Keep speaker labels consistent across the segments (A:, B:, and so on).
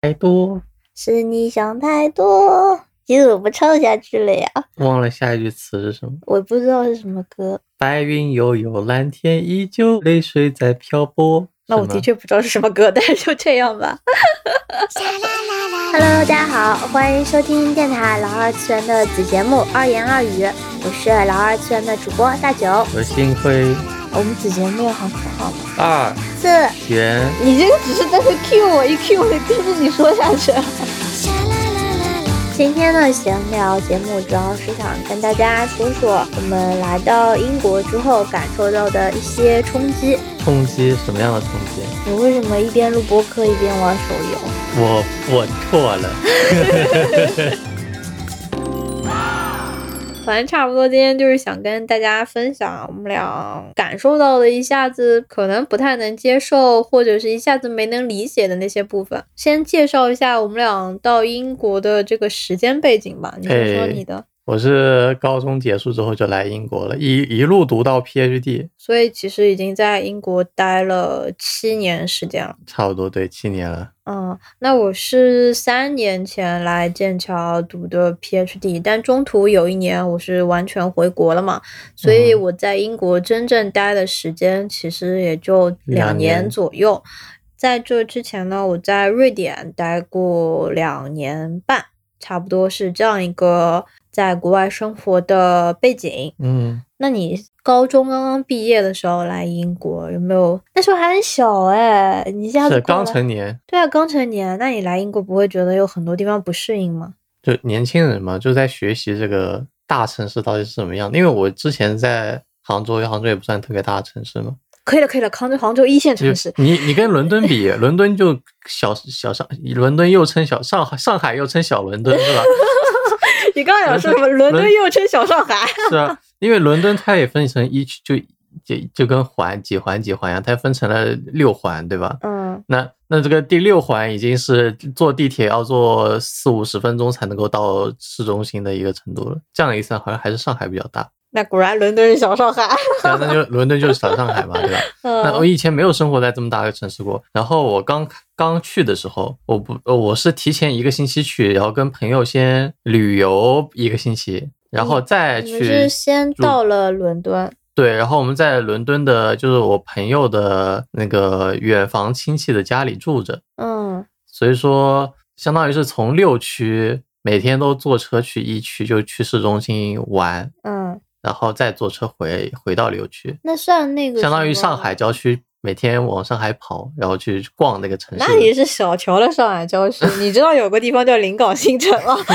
A: 太多，
B: 是你想太多。其实我不唱下去了呀，
A: 忘了下一句词是什么。
B: 我不知道是什么歌。
A: 白云悠悠，蓝天依旧，泪水在漂泊。
B: 那我
A: 是吗
B: 的确不知道是什么歌，但是就这样 吧。Hello，大家好，欢迎收听电台老二次元的子节目《二言二语》，我是老二次元的主播大九。
A: 我幸会
B: 我们子节目好可好？
A: 二
B: 四，
A: 元，
B: 你这个只是在这 Q 我一 Q，我就跟着你说下去。今天的闲聊节目主要是想跟大家说说我们来到英国之后感受到的一些冲击。
A: 冲击什么样的冲击？
B: 你为什么一边录播客一边玩手游？
A: 我我错了，
B: 反正差不多，今天就是想跟大家分享我们俩感受到的，一下子可能不太能接受，或者是一下子没能理解的那些部分。先介绍一下我们俩到英国的这个时间背景吧，你说说
A: 哎
B: 你的。
A: 我是高中结束之后就来英国了，一一路读到 PhD，
B: 所以其实已经在英国待了七年时间了。
A: 差不多对七年了。
B: 嗯，那我是三年前来剑桥读的 PhD，但中途有一年我是完全回国了嘛，所以
A: 嗯
B: 我在英国真正待的时间其实也就两
A: 两
B: 年
A: 年
B: 左右。在这之前呢，我在瑞典待过两年半，差不多是这样一个在国外生活的背景。
A: 嗯，
B: 那你高中刚刚毕业的时候来英国，有没有？那时候还很小哎、你一下子
A: 是
B: 过
A: 刚
B: 来
A: 成年，
B: 对啊，刚成年，那你来英国不会觉得有很多地方不适应吗？
A: 就年轻人嘛，就在学习这个大城市到底是什么样的。因为我之前在杭州，杭州也不算特别大的城市嘛，
B: 可以了，可以了，杭州杭州一线
A: 就
B: 城市，
A: 你你跟伦敦比，伦敦就小小上，伦敦又称小上海，上海又称小伦敦是吧？
B: 你刚刚想说 什么？伦敦又称小上海，
A: 是啊，因为伦敦它也分成一区，就就就跟环几环几环一样，它分成了六环，对吧？
B: 嗯，
A: 那那这个第六环已经是坐地铁要坐四五十分钟才能够到市中心的一个程度了。这样一算，好像还是上海比较大。
B: 那果然伦敦是小上海，
A: 对啊那就伦敦就是小上海嘛，对吧？ 那我
B: 嗯，
A: 以前没有生活在这么大的城市过。然后我刚刚去的时候，我不，呃我是提前一个星期去，然后跟朋友先旅游一个星期，然后再
B: 嗯你
A: 去
B: 们是先
A: 住
B: 到了伦敦，
A: 对，然后我们在伦敦的，就是我朋友的那个远房亲戚的家里住着，
B: 嗯，
A: 所以说相当于是从六区每天都坐车去一区，就去市中心玩，
B: 嗯，
A: 然后再坐车回回到六区，
B: 那算那个
A: 相当于
B: 什么
A: 上海，郊区每天往上海跑，然后去逛那个城市
B: 那。你是小瞧了上海 郊区。你知道有个地方叫临港新城吗？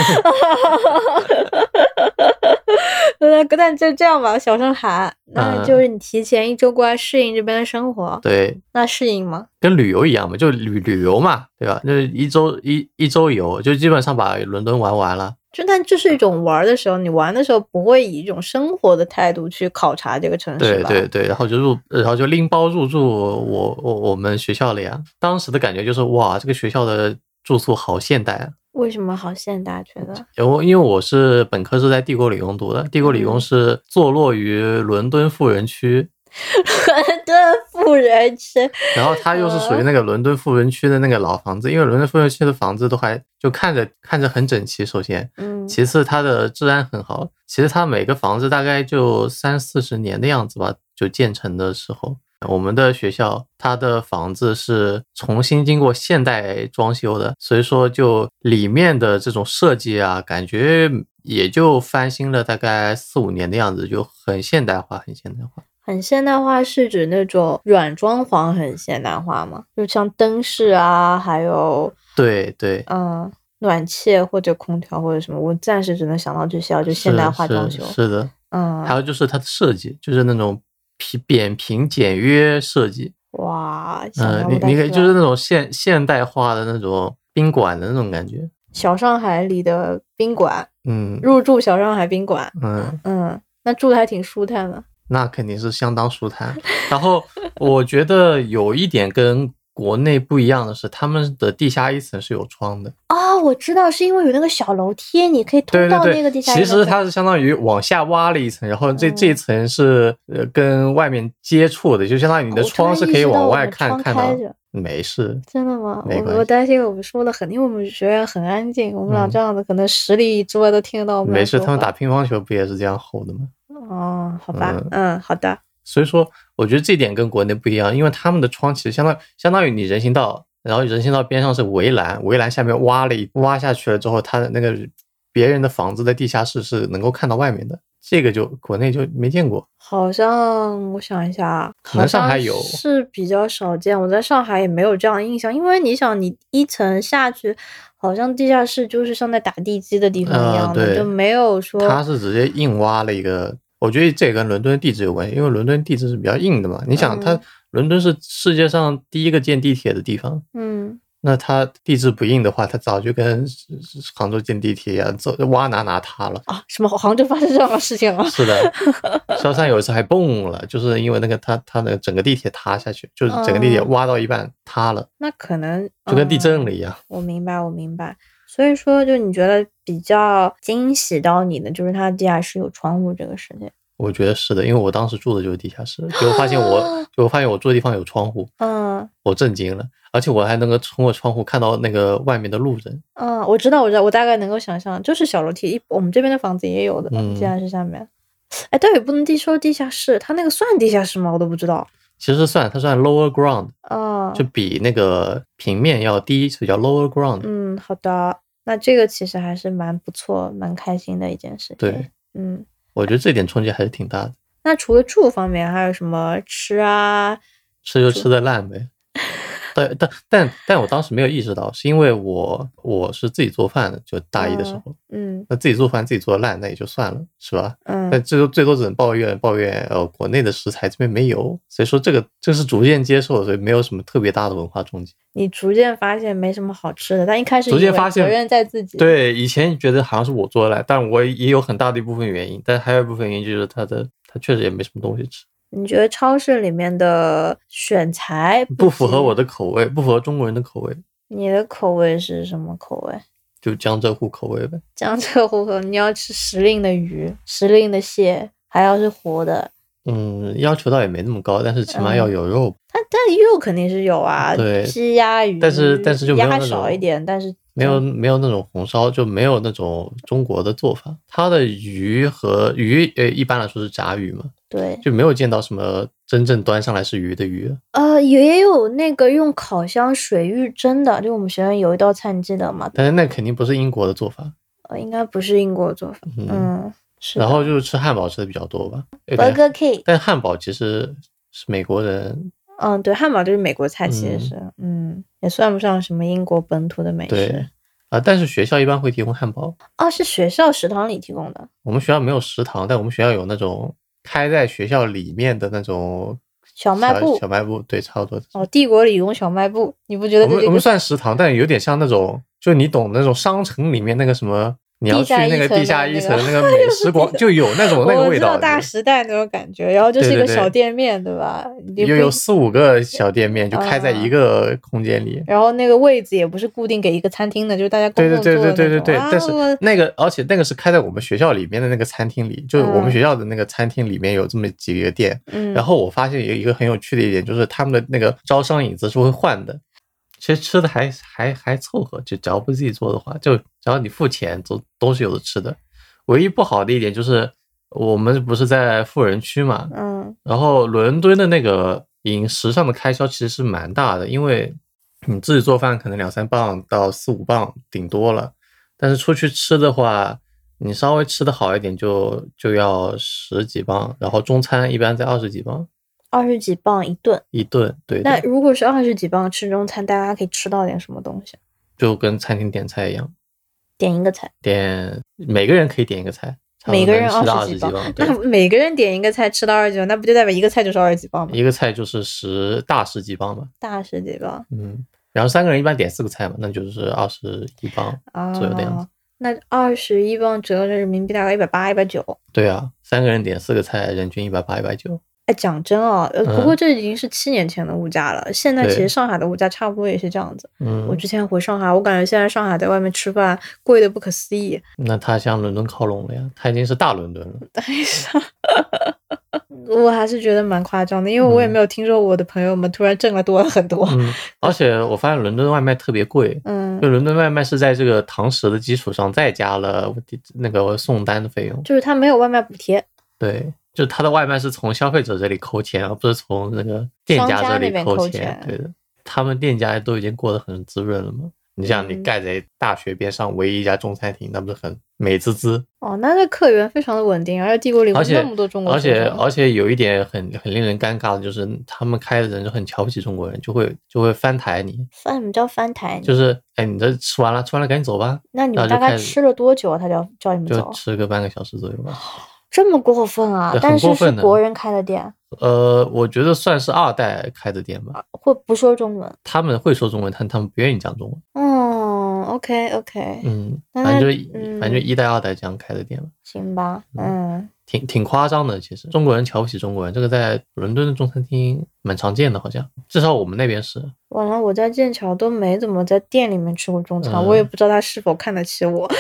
B: 那但就这样吧，小上海，那
A: 嗯
B: 就是你提前一周过来适应这边的生活，
A: 对，
B: 那适应吗？
A: 跟旅游一样嘛，就旅旅游嘛，对吧？就是一周一一周游，就基本上把伦敦玩完了。
B: 就但这是一种玩儿的时候，你玩的时候不会以一种生活的态度去考察这个城市
A: 对
B: 吧？
A: 对对，然后就入，然后就拎包入住我我我们学校了呀。当时的感觉就是哇，这个学校的住宿好现代啊！
B: 为什么好现代？觉得
A: 然后因为我是本科是在帝国理工读的，帝国理工
B: 嗯
A: 是坐落于伦敦富人区，
B: 伦敦富人区，
A: 然后它又是属于那个伦敦富人区的那个老房子，因为伦敦富人区的房子都还就看着看着很整齐，首先，
B: 嗯，
A: 其次它的治安很好，其实它每个房子大概就三四十年的样子吧，就建成的时候。我们的学校，它的房子是重新经过现代装修的，所以说就里面的这种设计啊，感觉也就翻新了大概四五年的样子，就很现代化，很现代化。
B: 很现代化是指那种软装潢很现代化吗？就像灯饰啊，还有
A: 对对，
B: 嗯、呃暖气或者空调或者什么，我暂时只能想到这些啊，就现
A: 是
B: 代化装
A: 是
B: 修。
A: 是的，还
B: 嗯，
A: 有就是它的设计，就是那种平扁平简约设计，
B: 哇，想
A: 嗯，
B: 象
A: 你
B: 不到
A: 你可以就是
B: 吧
A: 那种现现代化的那种宾馆的那种感觉，
B: 小上海里的宾馆，
A: 嗯
B: 入住小上海宾馆，
A: 嗯，
B: 嗯，那住的还挺舒坦的。
A: 那肯定是相当舒坦。然后我觉得有一点跟国内不一样的是，他们的地下一层是有窗的，
B: 啊、我知道，是因为有那个小楼梯，你可以通
A: 对对
B: 到那个地
A: 对，
B: 下
A: 其
B: 一
A: 实
B: 层。
A: 它是相当于往下挖了一层，然后这
B: 嗯
A: 这一层是呃跟外面接触的，就相当于你的
B: 我突
A: 窗
B: 然
A: 是
B: 意
A: 可以
B: 识到
A: 往
B: 我
A: 外
B: 们
A: 看
B: 窗
A: 看
B: 开
A: 到，
B: 着
A: 没事，
B: 真的吗？
A: 没关
B: 我
A: 系
B: 我担心我们说的很，因为我们学院很安静，我们俩
A: 嗯
B: 这样子可能十里之外都听得到我们俩
A: 没事。
B: 说
A: 他们
B: 话
A: 打乒乓球不也是这样吼的吗？
B: 哦，好吧，
A: 嗯
B: 嗯好的，
A: 所以说，我觉得这点跟国内不一样，因为他们的窗其实相当相当于你人行道，然后人行道边上是围栏，围栏下面挖了一挖下去了之后，它的那个别人的房子的地下室是能够看到外面的，这个就国内就没见过。
B: 好像我想一下啊，
A: 可能
B: 好
A: 上海
B: 像
A: 有
B: 是比较少见。我在上海也没有这样的印象，因为你想，你一层下去，好像地下室就是像在打地基的地方
A: 呃
B: 一样的，
A: 对
B: 就没有说
A: 它是直接硬挖了一个，我觉得这也跟伦敦地质有关系，因为伦敦地质是比较硬的嘛。你想，它
B: 嗯
A: 伦敦是世界上第一个建地铁的地方，
B: 嗯
A: 那它地质不硬的话，它早就跟杭州建地铁一样，走挖哪哪塌了。
B: 啊什么杭州发生这样的事情了。
A: 是的，萧山有一次还蹦了，就是因为那个它它那个整个地铁塌下去，就是整个地铁
B: 嗯
A: 挖到一半塌了，
B: 那可能
A: 就跟地震
B: 嗯
A: 了一样。
B: 我明白，我明白。所以说，就你觉得比较惊喜到你的，就是它地下室有窗户这个事情。
A: 我觉得是的，因为我当时住的就是地下室，结果发现我结果发现我住的地方有窗户，
B: 嗯
A: 我震惊了，而且我还能够通过窗户看到那个外面的路人。
B: 嗯，我知道，我知道，我大概能够想象，就是小楼梯，一我们这边的房子也有的，
A: 嗯
B: 地下室下面。哎，但也不能地说地下室，它那个算地下室吗？我都不知道。
A: 其实算它算 lower ground，
B: 啊、
A: 就比那个平面要低，所以叫 lower ground。
B: 嗯，好的，那这个其实还是蛮不错、蛮开心的一件事情。
A: 对，
B: 嗯，
A: 我觉得这点冲击还是挺大的，
B: 那除了住方面，还有什么吃啊？
A: 吃就吃的烂呗。但但但但我当时没有意识到，是因为我我是自己做饭的，就大一的时候，
B: 嗯
A: 那自己做饭自己做的烂，那也就算了，是吧？
B: 嗯
A: 那最多最多只能抱怨抱怨，呃，国内的食材这边没有，所以说这个这是逐渐接受的，所以没有什么特别大的文化冲击。
B: 你逐渐发现没什么好吃的，但一开始
A: 逐
B: 以
A: 渐
B: 为
A: 发现
B: 责任在自己。，
A: 对，以前觉得好像是我做的烂，但我也有很大的一部分原因，但还有一部分原因就是它的它确实也没什么东西吃，
B: 你觉得超市里面的选材
A: 不符合
B: 及
A: 我的口味，不符合中国人的口味，
B: 你的口味是什么口味？
A: 就江浙沪口味呗。
B: 江浙沪口，你要吃时令的鱼、时令的蟹，还要是活的。
A: 嗯，要求倒也没那么高，但是起码要
B: 嗯
A: 有肉。
B: 但但肉肯定是有啊，
A: 对
B: 鸡鸭鱼，
A: 但是但是就没有
B: 鸭
A: 那种
B: 少一点，但是嗯
A: 没有没有那种红烧，就没有那种中国的做法。它的鱼和鱼，呃，一般来说是炸鱼嘛，
B: 对，
A: 就没有见到什么真正端上来是鱼的鱼。
B: 呃，也也有那个用烤箱水域蒸的，就我们学院有一道菜，你记得吗？
A: 但是那肯定不是英国的做法。
B: 呃，应该不是英国做法，
A: 嗯，
B: 嗯，是的。
A: 然后就是吃汉堡吃的比较多吧。有点
B: Burger King，
A: 但汉堡其实是美国人，
B: 嗯，对，汉堡就是美国菜，其
A: 嗯
B: 实是，嗯也算不上什么英国本土的美
A: 对
B: 食。
A: 啊、但是学校一般会提供汉堡。
B: 哦，是学校食堂里提供的
A: 我们学校没有食堂，但我们学校有那种开在学校里面的那种
B: 小卖部
A: 小卖部对，差不多。
B: 哦，帝国理工小卖部，你不
A: 我
B: 觉得这
A: 们我
B: 是一
A: 们
B: 个
A: 算食堂，但有点像那种，就你懂那种商城里面那个什么，你要
B: 地
A: 去
B: 下
A: 那
B: 一
A: 个
B: 层
A: 地下
B: 的
A: 一
B: 那
A: 层
B: 个
A: 那个美食广，就有那种那个
B: 我
A: 味
B: 知
A: 道
B: 道
A: 的。
B: 大时代那种感觉，然后就是
A: 对
B: 一
A: 对
B: 个
A: 对
B: 小店面，对吧？你
A: 又
B: 不
A: 有
B: 一
A: 四五个小店面，就开在一
B: 啊
A: 个空间里。
B: 然后那个位置也不是固定给一个餐厅的，就是大家公
A: 对对
B: 众
A: 对
B: 坐
A: 对对对
B: 的那种
A: 对，
B: 啊
A: 但是
B: 我
A: 那个，而且那个是开在我们学校里面的那个餐厅里，就是我们
B: 嗯
A: 学校的那个餐厅里面有这么几个店。
B: 嗯，
A: 然后我发现有一个很有趣的一点，就是他们的那个招商引资是会换的。其实吃的还还还凑合，就只要不自己做的话，就只要你付钱，都都是有的吃的。唯一不好的一点就是我们不是在富人区嘛，
B: 嗯
A: 然后伦敦的那个饮食上的开销其实是蛮大的，因为你自己做饭可能两三磅到四五磅顶多了，但是出去吃的话，你稍微吃的好一点就就要十几磅，然后中餐一般在二十几磅
B: 二十几磅一顿。
A: 一顿，对
B: 那
A: 的，
B: 如果是二十几磅吃中餐，大家可以吃到点什么东西？啊
A: 就跟餐厅点菜一样，
B: 点一个菜，
A: 点每个人可以点一个菜，差不多
B: 每个人
A: 能吃到
B: 二
A: 二
B: 十
A: 十
B: 几
A: 几
B: 磅
A: 磅，对
B: 那每个人点一个菜吃到二十几磅，那不就代表一个菜就是二十几磅吗？
A: 一个菜就是十大十几磅吧，
B: 大十几磅
A: 嗯，然后三个人一般点四个菜嘛，那就是二十一磅，
B: 啊，
A: 左右的样子
B: 那二十一磅折合成人民币大概一百八、一百九。
A: 对啊，三个人点四个菜，人均一百八、一百九。
B: 哎，讲真啊，呃，不
A: 嗯
B: 过这已经是七年前的物价了。现在其
A: 对
B: 实上海的物价差不多也是这样子。我
A: 嗯，
B: 之前回上海，我感觉现在上海在外面吃饭贵的不可 思议。 哎
A: 那它向伦敦靠拢了呀，它已经是大伦敦了。
B: 但是我还是觉得蛮夸张的，因为我也没有听说我的朋友们突然挣了多了很多。
A: 嗯，而且我发现伦敦外卖特别贵，
B: 嗯，
A: 就伦敦外卖是在这个堂食的基础上再加了那个送单的费用。
B: 就是他没有外卖补贴，
A: 对，就他的外卖是从消费者这里扣钱，而不是从那个店
B: 商家
A: 这
B: 那
A: 里
B: 边
A: 扣
B: 扣
A: 钱
B: 钱。
A: 对的，他们店家都已经过得很滋润了嘛。你想，你
B: 嗯
A: 盖在大学边上唯一一家中餐厅，那不是很美滋滋？
B: 哦，那这客源非常的稳定，而且帝国里
A: 而
B: 面
A: 且
B: 那么多中国
A: 而
B: 学
A: 且
B: 生，
A: 而且有一点很很令人尴尬的就是，他们开的人就很瞧不起中国人，就会就会翻台你，
B: 翻什么叫翻台呢？
A: 就是哎，你这吃完了，吃完了赶紧走吧，
B: 那你
A: 然
B: 们
A: 后就
B: 大概
A: 开始
B: 吃了多久啊？他叫叫你们
A: 就
B: 走？
A: 吃个半个小时左右吧。
B: 这么过分啊
A: 对！很
B: 但
A: 过
B: 是是
A: 分的
B: 国人开的店，
A: 呃，我觉得算是二代开的店吧，
B: 会不说中文。
A: 他们会说中文，但他们不愿意讲中文。
B: 嗯，OK OK，
A: 嗯，
B: 那
A: 反正就
B: 那
A: 一反正就一代、二代这样开的店吧，
B: 行吧，
A: 嗯
B: 嗯，
A: 挺挺夸张的。其实中国人瞧不起中国人，这个在伦敦的中餐厅蛮常见的，好像至少我们那边是。
B: 完了，我在剑桥都没怎么在店里面吃过中餐，
A: 嗯
B: 我也不知道他是否看得起我。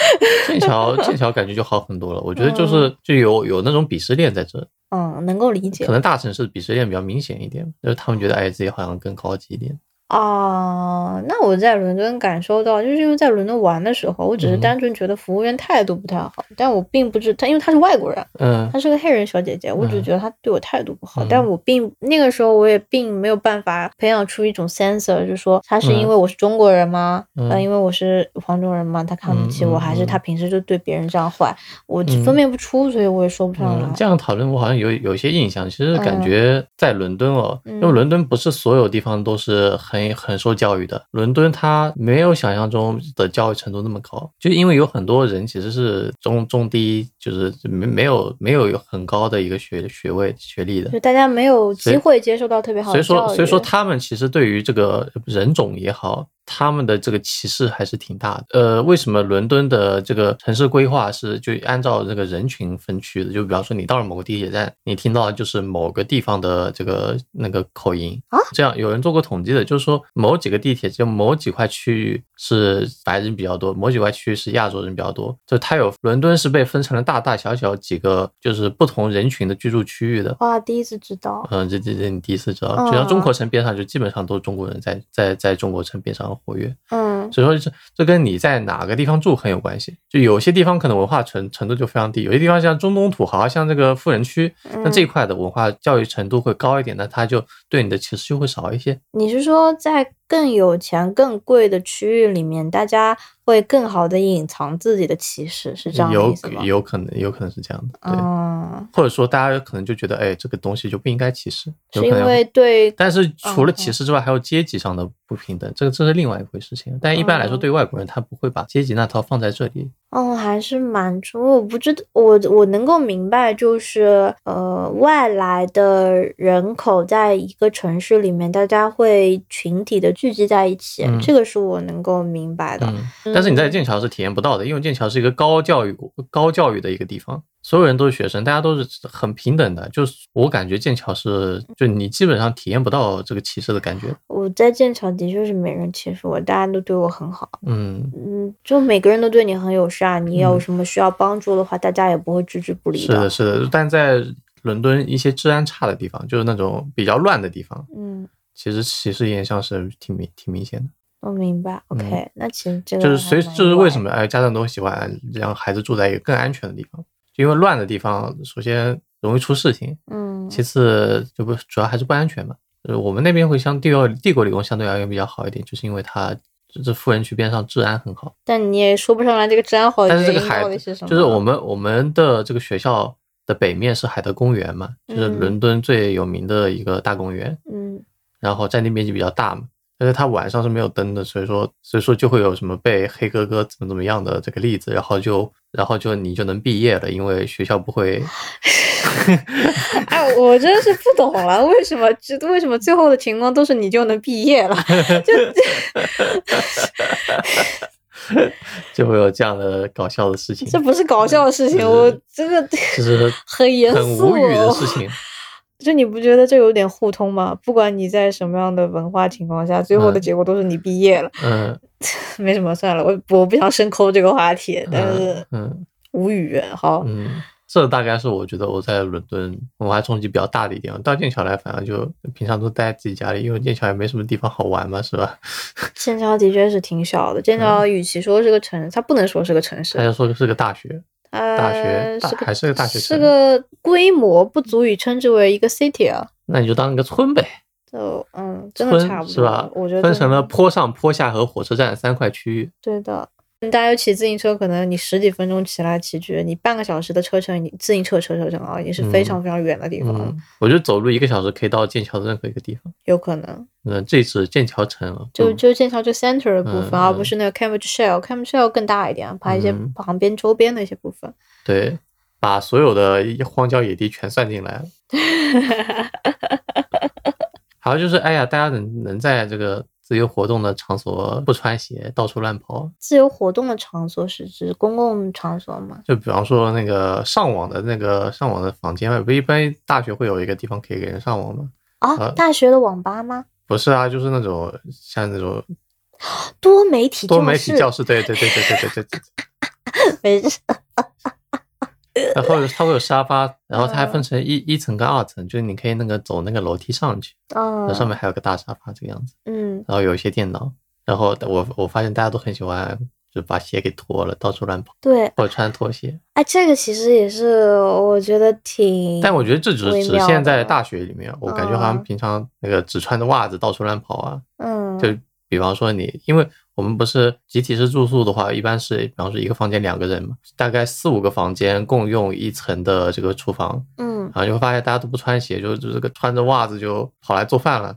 A: 剑桥剑桥感觉就好很多了，我觉得就是就有有那种鄙视链在这，
B: 嗯，能够理解
A: 可能大城市鄙视链比较明显一点，就是他们觉得哎自己好像更高级一点。
B: 啊、那我在伦敦感受到，就是因为在伦敦玩的时候，我只是
A: 嗯
B: 单纯觉得服务员态度不太好，但我并不知他，因为他是外国人，
A: 嗯
B: 她是个黑人小姐姐，我只
A: 嗯
B: 是觉得她对我态度不好，
A: 嗯
B: 但我并那个时候我也并没有办法培养出一种 sensor，就是说她是因为我是中国人吗？
A: 嗯
B: 嗯、因为我是黄种人吗？她看不起我，
A: 嗯嗯
B: 还是她平时就对别人这样坏？我
A: 嗯
B: 分辨不出，所以我也说不上来。
A: 嗯，这样讨论我好像有有一些印象，其实感觉在伦敦哦，
B: 嗯
A: 因为伦敦不是所有地方都是很很受教育的，伦敦它没有想象中的教育程度那么高，就因为有很多人其实是中中低，就是没没有没有很高的一个学学位学历的
B: 就，大家没有机会接受到特别好
A: 所
B: 的
A: 以说
B: 教育，
A: 所以说他们其实对于这个人种也好，他们的这个歧视还是挺大的。呃，为什么伦敦的这个城市规划是就按照这个人群分区的？就比方说你到了某个地铁站，你听到就是某个地方的这个那个口音
B: 啊，
A: 这样有人做过统计的，就是说某几个地铁就某几块区域是白人比较多，某几块区域是亚洲人比较多。就它有伦敦是被分成了大大小小几个就是不同人群的居住区域的。
B: 哇，第一次知道，
A: 嗯，这这这你第一次知道，就像中
B: 嗯
A: 国城边上就基本上都是中国人在在在中国城边上活跃，
B: 嗯
A: 所以说这这跟你在哪个地方住很有关系。就有些地方可能文化程程度就非常低，有些地方像中东土豪，像这个富人区，那
B: 嗯，
A: 这一块的文化教育程度会高一点，那他就对你的歧视就会少一些。
B: 你是说在更有钱、更贵的区域里面，大家会更好的隐藏自己的歧视，是这样的
A: 有
B: 意思吗？
A: 有可能有可能是这样的，对。
B: 嗯，
A: 或者说，大家可能就觉得，哎，这个东西就不应该歧视，有
B: 是
A: 可
B: 因
A: 能
B: 为对
A: 但是除了
B: 嗯
A: 歧视之外，还有阶级上的不平等，这个这是另外一回事情。但一般来说，
B: 嗯
A: 对外国人他不会把阶级那套放在这里。
B: 哦，还是蛮重。我不知道，我我能够明白，就是呃，外来的人口在一个城市里面，大家会群体的聚集在一起，
A: 嗯
B: 这个是我能够明白的。
A: 嗯，但是你在
B: 嗯
A: 剑桥是体验不到的，因为剑桥是一个高教育国高教育的一个地方，所有人都是学生，大家都是很平等的。就是我感觉剑桥是，就你基本上体验不到这个歧视的感觉。
B: 我在剑桥的确是没人歧视我，大家都对我很好。
A: 嗯，
B: 嗯，就每个人都对你很友善，你有
A: 嗯
B: 什么需要帮助的话，大家也不会置之不理
A: 是的，是的。但在伦敦一些治安差的地方，就是那种比较乱的地方，
B: 嗯，
A: 其实歧视现象是挺明挺明显的。
B: 我明白。
A: 嗯
B: OK，、那其实这个
A: 就是
B: 还
A: 随
B: 蛮
A: 就
B: 意
A: 是
B: 外
A: 为什么哎，家长都喜欢让孩子住在一个更安全的地方，就因为乱的地方，首先容易出事情，
B: 嗯
A: 其次就不主要还是不安全嘛。呃，我们那边会相帝国帝国理工相对而言比较好一点，就是因为它这这富人区边上治安很好，
B: 但你也说不上来这个治安好的
A: 但是这
B: 哦原
A: 个
B: 因
A: 海
B: 到底是什么。
A: 就是我们我们的这个学校的北面是海德公园嘛，就是
B: 嗯
A: 伦敦最有名的一个大公园，
B: 嗯
A: 然后占地面积比较大嘛，但是它晚上是没有灯的，所以说所以说就会有什么被黑哥哥怎么怎么样的这个例子，然后就然后就你就能毕业了，因为学校不会，
B: 哎，我真的是不懂了，为什么这为什么最后的情况都是你就能毕业了？ 就
A: 就会有这样的搞笑的事情，
B: 这不是搞笑的事情，
A: 是
B: 我这个
A: 就是
B: 很严
A: 很
B: 肃、
A: 无语的
B: 哦。
A: 事情。
B: 就你不觉得这有点互通吗？不管你在什么样的文化情况下，最后的
A: 嗯
B: 结果都是你毕业了。
A: 嗯
B: 没什呃么，算了，我我不想深抠这个话题，但是
A: 嗯嗯
B: 无语。好，
A: 嗯，这大概是我觉得我在伦敦文化冲击比较大的一点。我到剑桥来，反正就平常都待在自己家里，因为剑桥也没什么地方好玩嘛，是吧？
B: 剑桥的确是挺小的，剑桥
A: 嗯
B: 与其说是个城，它不能说是个城市
A: 大，家说是个大学，大学
B: 呃，
A: 大
B: 是个
A: 还是个大学
B: 是
A: 城，
B: 个规模不足以称之为一个 city 啊，
A: 那你就当一个村呗，
B: 就嗯，真的差
A: 村
B: 不多，
A: 是吧？
B: 我觉得
A: 分成了坡上、坡下和火车站三块区域。
B: 对的。大家又骑自行车，可能你十几分钟骑来骑去，你半个小时的车程，你自行车车车程啊，也是非常非常远的地方，
A: 嗯，我觉得走路一个小时可以到剑桥的任何一个地方。
B: 有可能
A: 嗯，这是剑桥城了，
B: 就
A: 嗯
B: 就剑桥就 center 的部分，
A: 嗯
B: 而不是那个 Cambridge Shell，Cambridge Shell 更大一点，把一些
A: 嗯
B: 旁边周边的一些部分。
A: 对，把所有的荒郊野地全算进来了。 还有就是，哎呀，大家能能在这个自由活动的场所不穿鞋到处乱跑，
B: 自由活动的场所是指公共场所吗？
A: 就比方说那个上网的那个上网的房间外，不一般大学会有一个地方可以给人上网吗？
B: 啊，
A: 呃
B: 大学的网吧吗？
A: 不是啊，就是那种像那种
B: 多媒体
A: 多媒体
B: 室
A: 教室，对对对对对对对 对。
B: 没事，
A: 然后它会有沙发，然后它还
B: 嗯
A: 分成一一层跟二层，就是你可以那个走那个楼梯上去，那
B: 嗯，
A: 上面还有个大沙发这个样子，
B: 嗯，
A: 然后有一些电脑，然后我我发现大家都很喜欢就把鞋给脱了到处乱跑，
B: 对，
A: 或者穿拖鞋，
B: 哎，这个其实也是我觉得挺，
A: 但我觉得这只
B: 嗯微
A: 只
B: 妙
A: 限在
B: 的
A: 大学里面，我感觉好像
B: 嗯
A: 平常那个只穿着袜子到处乱跑啊，
B: 嗯，
A: 就比方说你，因为我们不是集体式住宿的话，一般是比方说一个房间两个人嘛，大概四五个房间共用一层的这个厨房，
B: 嗯，
A: 然后就会发现大家都不穿鞋，就就这个穿着袜子就跑来做饭了。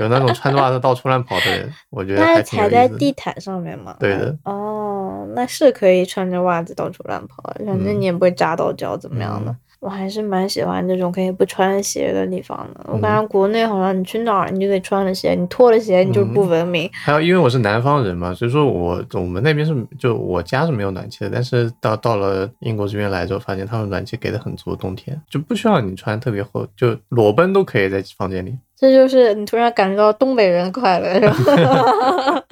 A: 有那种穿着袜子到处乱跑的人，我觉得
B: 那
A: 还
B: 是
A: 挺有
B: 踩
A: 意
B: 在
A: 思
B: 地
A: 的。
B: 毯上面嘛，
A: 对的，
B: 哦，那是可以穿着袜子到处乱跑，反正你也不会扎到脚怎么样的。
A: 嗯
B: 我还是蛮喜欢这种可以不穿鞋的地方的。我
A: 嗯
B: 感觉国内好像你去哪儿你就得穿着鞋，你脱了鞋你就
A: 嗯
B: 不文明。
A: 还有，因为我是南方人嘛，所以说我我们那边是就我家是没有暖气的，但是到到了英国这边来之后，发现他们暖气给的很足，冬天就不需要你穿特别厚，就裸奔都可以在房间里。
B: 这就是你突然感觉到东北人的快乐，是吧？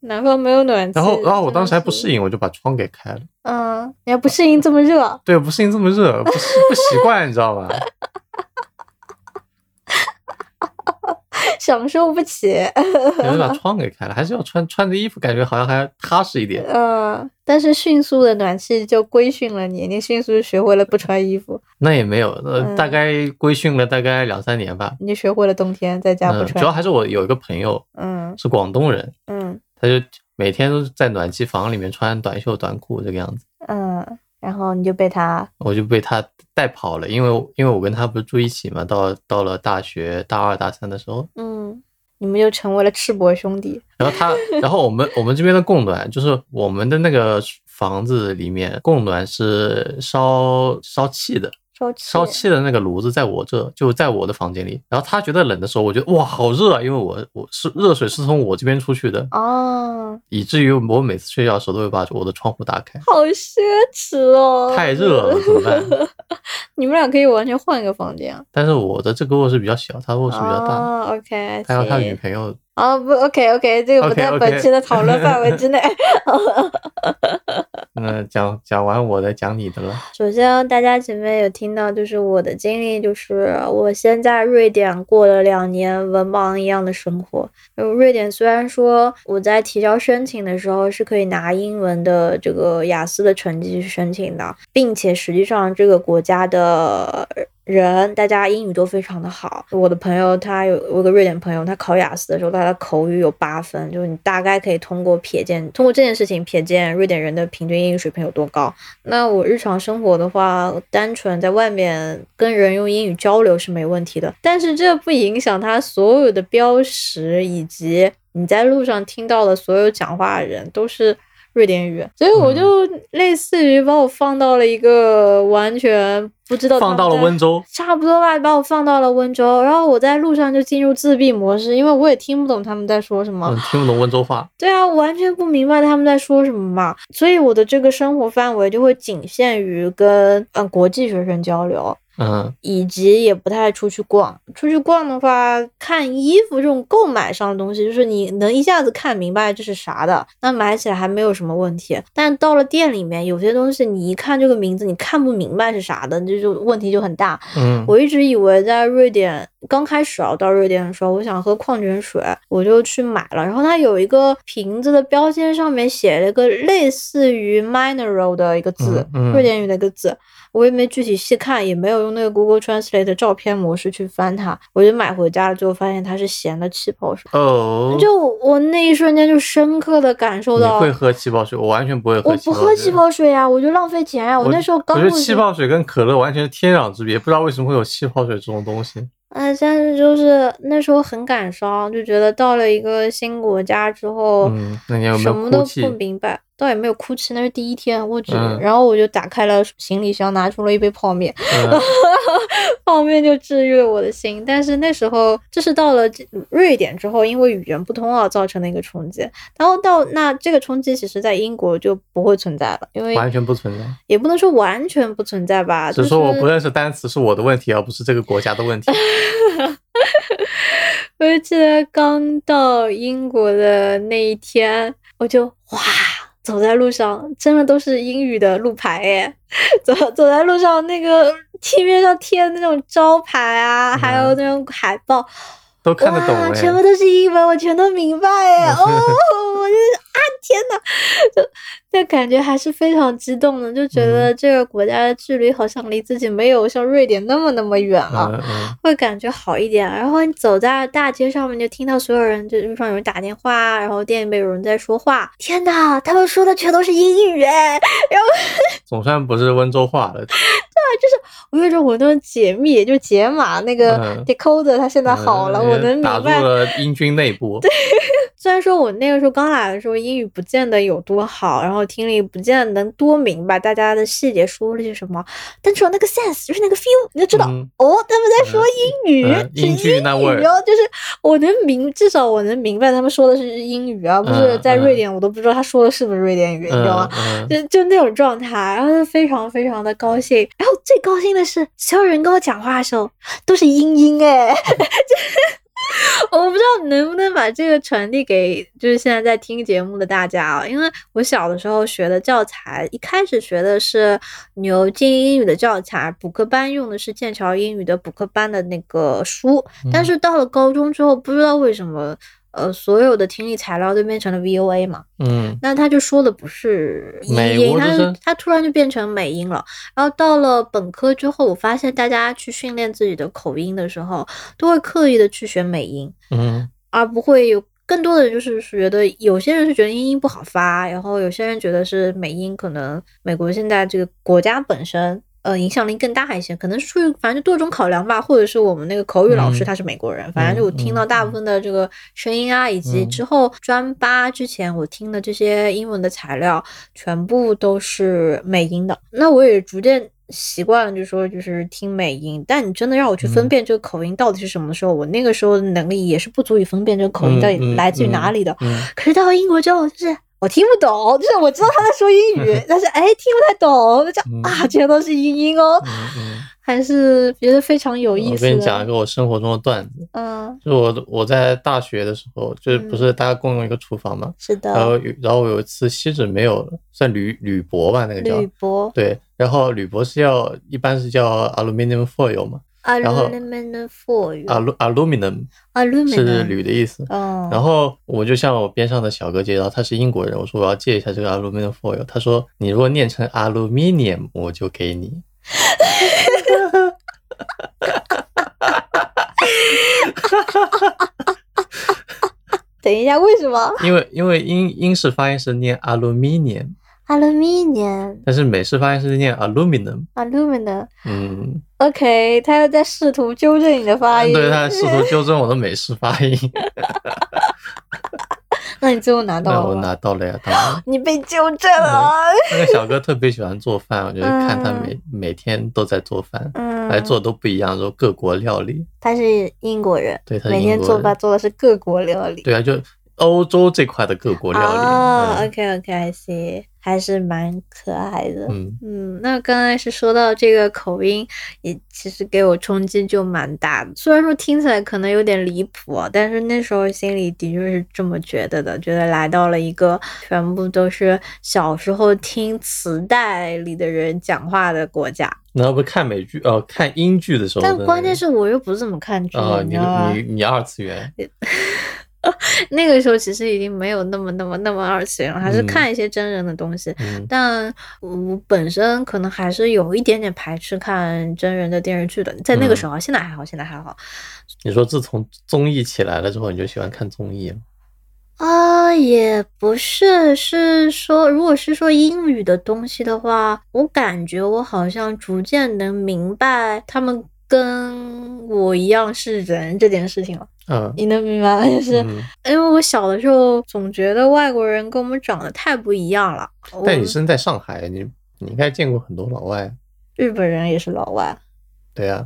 B: 南方没有暖气，
A: 然后，然后我当时还不
B: 真的是
A: 适，应，我就把窗给开了。
B: 嗯，你还不适应这么热，
A: 对，不适应这么热，不习不习惯，你知道吗？
B: 享受不起，
A: 我就把窗给开了，还是要穿穿着衣服，感觉好像还踏实一点。
B: 嗯，但是迅速的暖气就规训了你，你迅速学会了不穿衣服，
A: 那也没有，呃，
B: 嗯
A: 大概规训了大概两三年吧。
B: 你就学会了冬天在家不
A: 嗯，主要
B: 穿，
A: 还是我有一个朋友
B: 嗯
A: 是广东人，
B: 嗯
A: 他就每天都在暖气房里面穿短袖短裤这个样子，
B: 嗯，然后你就被他，
A: 我就被他带跑了，因为因为我跟他不是住一起嘛，到到了大学大二大三的时候，
B: 嗯，你们就成为了赤膊兄弟，
A: 然后 他，然后我们我们这边的供暖就是我们的那个房子里面供暖是烧烧气的，
B: 烧气，
A: 烧气的那个炉子在我这，就在我的房间里。然后他觉得冷的时候，我觉得哇好热啊，因为我我是热水是从我这边出去的，
B: 哦，
A: 以至于我每次睡觉的时候都会把我的窗户打开，
B: 好奢侈哦，
A: 太热了怎么办？
B: 你们俩可以完全换一个房间啊，
A: 但是我的这个卧室比较小，他卧室比较大，
B: 哦，OK，
A: 还有他的女
B: 行
A: 朋友，
B: 哦不，OK OK，这个不
A: OK，
B: 在
A: OK
B: 本期的讨论范围之内。
A: 嗯，讲讲完我的，讲你的了，
B: 首先，大家前面有听到，就是我的经历，就是我先在瑞典过了两年文盲一样的生活。呃瑞典虽然说我在提交申请的时候是可以拿英文的这个雅思的成绩去申请的，并且实际上这个国家的呃人大家英语都非常的好。我的朋友他有我有个瑞典朋友，他考雅思的时候他的口语有八分，就是你大概可以通过瞥见通过这件事情瞥见瑞典人的平均英语水平有多高。那我日常生活的话，单纯在外面跟人用英语交流是没问题的，但是这不影响他所有的标识以及你在路上听到的所有讲话的人都是。瑞典语，所以
A: 嗯
B: 我就类似于把我放到了一个完全不知道他
A: 放
B: 们
A: 到了
B: 在
A: 温州，
B: 差不多吧，把我放到了温州，然后我在路上就进入自闭模式，因为我也听不懂他们在说什么。
A: 嗯，听不懂温州话，
B: 对啊，我完全不明白他们在说什么嘛，呃所以我的这个生活范围就会仅限于跟嗯国际学生交流。
A: 嗯
B: 以及也不太出去逛。出去逛的话，看衣服这种购买上的东西，就是你能一下子看明白这是啥的，那买起来还没有什么问题。但到了店里面，有些东西你一看这个名字，你看不明白是啥的，这就问题就很大。
A: 嗯，
B: 我一直以为在瑞典刚开始啊，到瑞典的时候，我想喝矿泉水，我就去买了。然后它有一个瓶子的标签上面写了一个类似于 mineral 的一个字，
A: 嗯嗯
B: 瑞典语的一个字，我也没具体细看，也没有用那个 Google Translate 的照片模式去翻它，我就买回家了，最后发现它是咸的气泡水。
A: 哦，
B: 就我我那一瞬间就深刻的感受
A: 你
B: 到，
A: 会喝气泡水，我完全不会喝
B: 我
A: 气
B: 不
A: 泡水。啊
B: 喝气泡水呀、我就浪费钱呀、哦我那时候刚
A: 我觉得
B: 入
A: 气
B: 职
A: 泡水跟可乐完全是天壤之别，不知道为什么会有气泡水这种东西。
B: 嗯，但是就是那时候很感伤，就觉得到了一个新国家之后，
A: 嗯，那你有没
B: 哦什
A: 有
B: 么
A: 哭
B: 都
A: 泣
B: 不？明白，倒也没有哭泣，那是第一天，我只、
A: 嗯
B: 然后我就打开了行李箱，拿出了一杯泡面，
A: 嗯
B: 泡面就治愈了我的心。但是那时候，这是到了这瑞典之后，因为语言不通啊造成的一个冲击。然后到那这个冲击，其实在英国就不会存在了，因为
A: 完全不存在。
B: 也不能说完全不存在吧，
A: 只
B: 啊就是
A: 说我不认识单词是我的问题，而不是这个国家的问题。
B: 我就记得刚到英国的那一天，我就哇，走在路上，真的都是英语的路牌耶！ 走走在路上，那个地面上贴的那种招牌啊，
A: 嗯
B: 还有那种海报，
A: 都看得懂
B: 哇，
A: 哎、
B: 全部都是英文，我全都明白 耶！哦，我就是啊，天哪， 就那感觉还是非常激动的，就
A: 嗯
B: 觉得这个国家的距离好像离自己没有像瑞典那么那么远了、
A: 嗯嗯
B: 会感觉好一点。啊然后你走在大街上面，就听到所有人，就路上有人打电话，然后店里面有人在说话。天呐，他们说的全都是英语哎！
A: 总算不是温州话 了。
B: 我有种我那种解密，就解码那个
A: 嗯
B: decoder，它现在好了，
A: 嗯
B: 我能明
A: 打入
B: 白。
A: 了英军内 部。
B: 虽然说我那个时候刚来的时候英语不见得有多好，然后听力不见得能多明白大家的细节说了些什么，但只有那个 sense，就是那个 feel，你就知道、
A: 嗯
B: 哦，他们在说英语，
A: 嗯
B: 是
A: 英剧那味儿
B: 语哦，就是我能明，至少我能明白他们说的是英语啊，不是
A: 嗯
B: 在
A: 嗯
B: 瑞典，我都不知道他说的是不是瑞典语，你知道吗
A: 嗯？嗯，
B: 就就那种状态，然后就非常非常的高兴。然后最高兴的是，所有人跟我讲话的时候都是英音哎， 就 我不知道能不能把这个传递给就是现在在听节目的大家啊，因为我小的时候学的教材，一开始学的是牛津英语的教材，补课班用的是剑桥英语的补课班的那个书，但
A: 嗯
B: 是到了高中之后，不知道为什么。呃，所有的听力材料都变成了 VOA 嘛，
A: 嗯
B: 那他就说的不是英
A: 美
B: 音，
A: 国之
B: 他
A: 声
B: 他突然就变成美音了。然后到了本科之后，我发现大家去训练自己的口音的时候，都会刻意的去学美音，
A: 嗯
B: 而不会有更多的就是觉得有些人是觉得英音不好发，然后有些人觉得是美音，可能美国现在这个国家本身。呃，影响力更大一些，可能是出于反正就多种考量吧，或者是我们那个口语老
A: 嗯
B: 师他是美国人，反正就我听到
A: 嗯
B: 大
A: 嗯
B: 部分的这个声音啊，以及
A: 嗯
B: 之后专八之前我听的这些英文的材料，全部都是美音的。那我也逐渐习惯了，就说就是听美音。但你真的让我去分
A: 嗯
B: 辨这个口音到底是什么的时候，我那个时候的能力也是不足以分辨这个口音
A: 嗯
B: 到底
A: 嗯
B: 来自于哪
A: 嗯
B: 里的。
A: 嗯，
B: 可是到了英国之后，就是我听不懂，就是我知道他在说英 语，但是哎听不太懂，那就
A: 嗯
B: 啊全都是英音哦，
A: 嗯嗯
B: 还是觉得非常有意
A: 我
B: 思
A: 跟你讲一
B: 的。
A: 个我生活中的段子，
B: 嗯，
A: 就是我我在大学的时候，就是不是大家共用一个厨房嘛，
B: 是
A: 然后
B: 的，
A: 有然后我有一次锡纸没有了，算铝铝箔吧，那个叫
B: 铝箔
A: 对，然后铝箔是要一般是叫 aluminum foil 嘛后
B: aluminum foil，
A: ，alu aluminum 是
B: 嗯 aluminum
A: 铝的意思。
B: 嗯，
A: 然后我就向我边上的小哥借，然后他是英国人，我说我要借一下这个 aluminum foil，他说你如果念成 aluminium，我就给你。
B: 等一下，为什 么
A: 因为因为英英式发音是念 aluminium，
B: aluminum
A: 但是美式发音是念 aluminum。
B: aluminum？
A: 嗯，
B: 啊 OK，他又在试图纠正你的发音。
A: 对，他试图纠正我的美式发音，
B: 那你最后拿
A: 那
B: 到
A: 我
B: 了吗？
A: 拿到了呀，当然。
B: 你被纠正了。
A: 那个小哥特别喜欢做饭，我就是看他每、每天都在做饭，
B: 嗯，
A: 来做都不一样，说各国料理。
B: 他是英国人，
A: 对，他是
B: 每
A: 英
B: 天
A: 国
B: 做
A: 人
B: 饭做的是各国料理。
A: 对啊，就欧洲这块的各国料理。
B: 哦
A: 嗯
B: o k OK，I see。还是蛮可爱的。
A: 嗯，
B: 嗯，那刚开始说到这个口音，也其实给我冲击就蛮大的。虽然说听起来可能有点离谱啊，但是那时候心里的确是这么觉得的，觉得来到了一个全部都是小时候听磁带里的人讲话的国家。
A: 那不看美剧哦、看英剧的时候的那
B: 但
A: 个，
B: 关键是我又不是怎么看剧，
A: 啊、
B: 你
A: 你
B: 知道吗？
A: 你你二次元，
B: 那个时候其实已经没有那么那么那么二次元了，还是
A: 嗯
B: 看一些真人的东西。
A: 嗯
B: 但我本身可能还是有一点点排斥看真人的电视剧的，在那个
A: 嗯
B: 时候，现在还好，现在还好
A: 你说自从综艺起来了之后，你就喜欢看综艺了，
B: 啊、也不是，是说，如果是说英语的东西的话，我感觉我好像逐渐能明白他们跟我一样是人这件事情了。
A: 嗯，
B: 你能明白吗？ 就是、
A: 嗯
B: 因为我小的时候总觉得外国人跟我们长得太不一样了，我
A: 但你
B: 们
A: 身在上海，你你应该见过很多老外，
B: 日本人也是老外。
A: 对呀、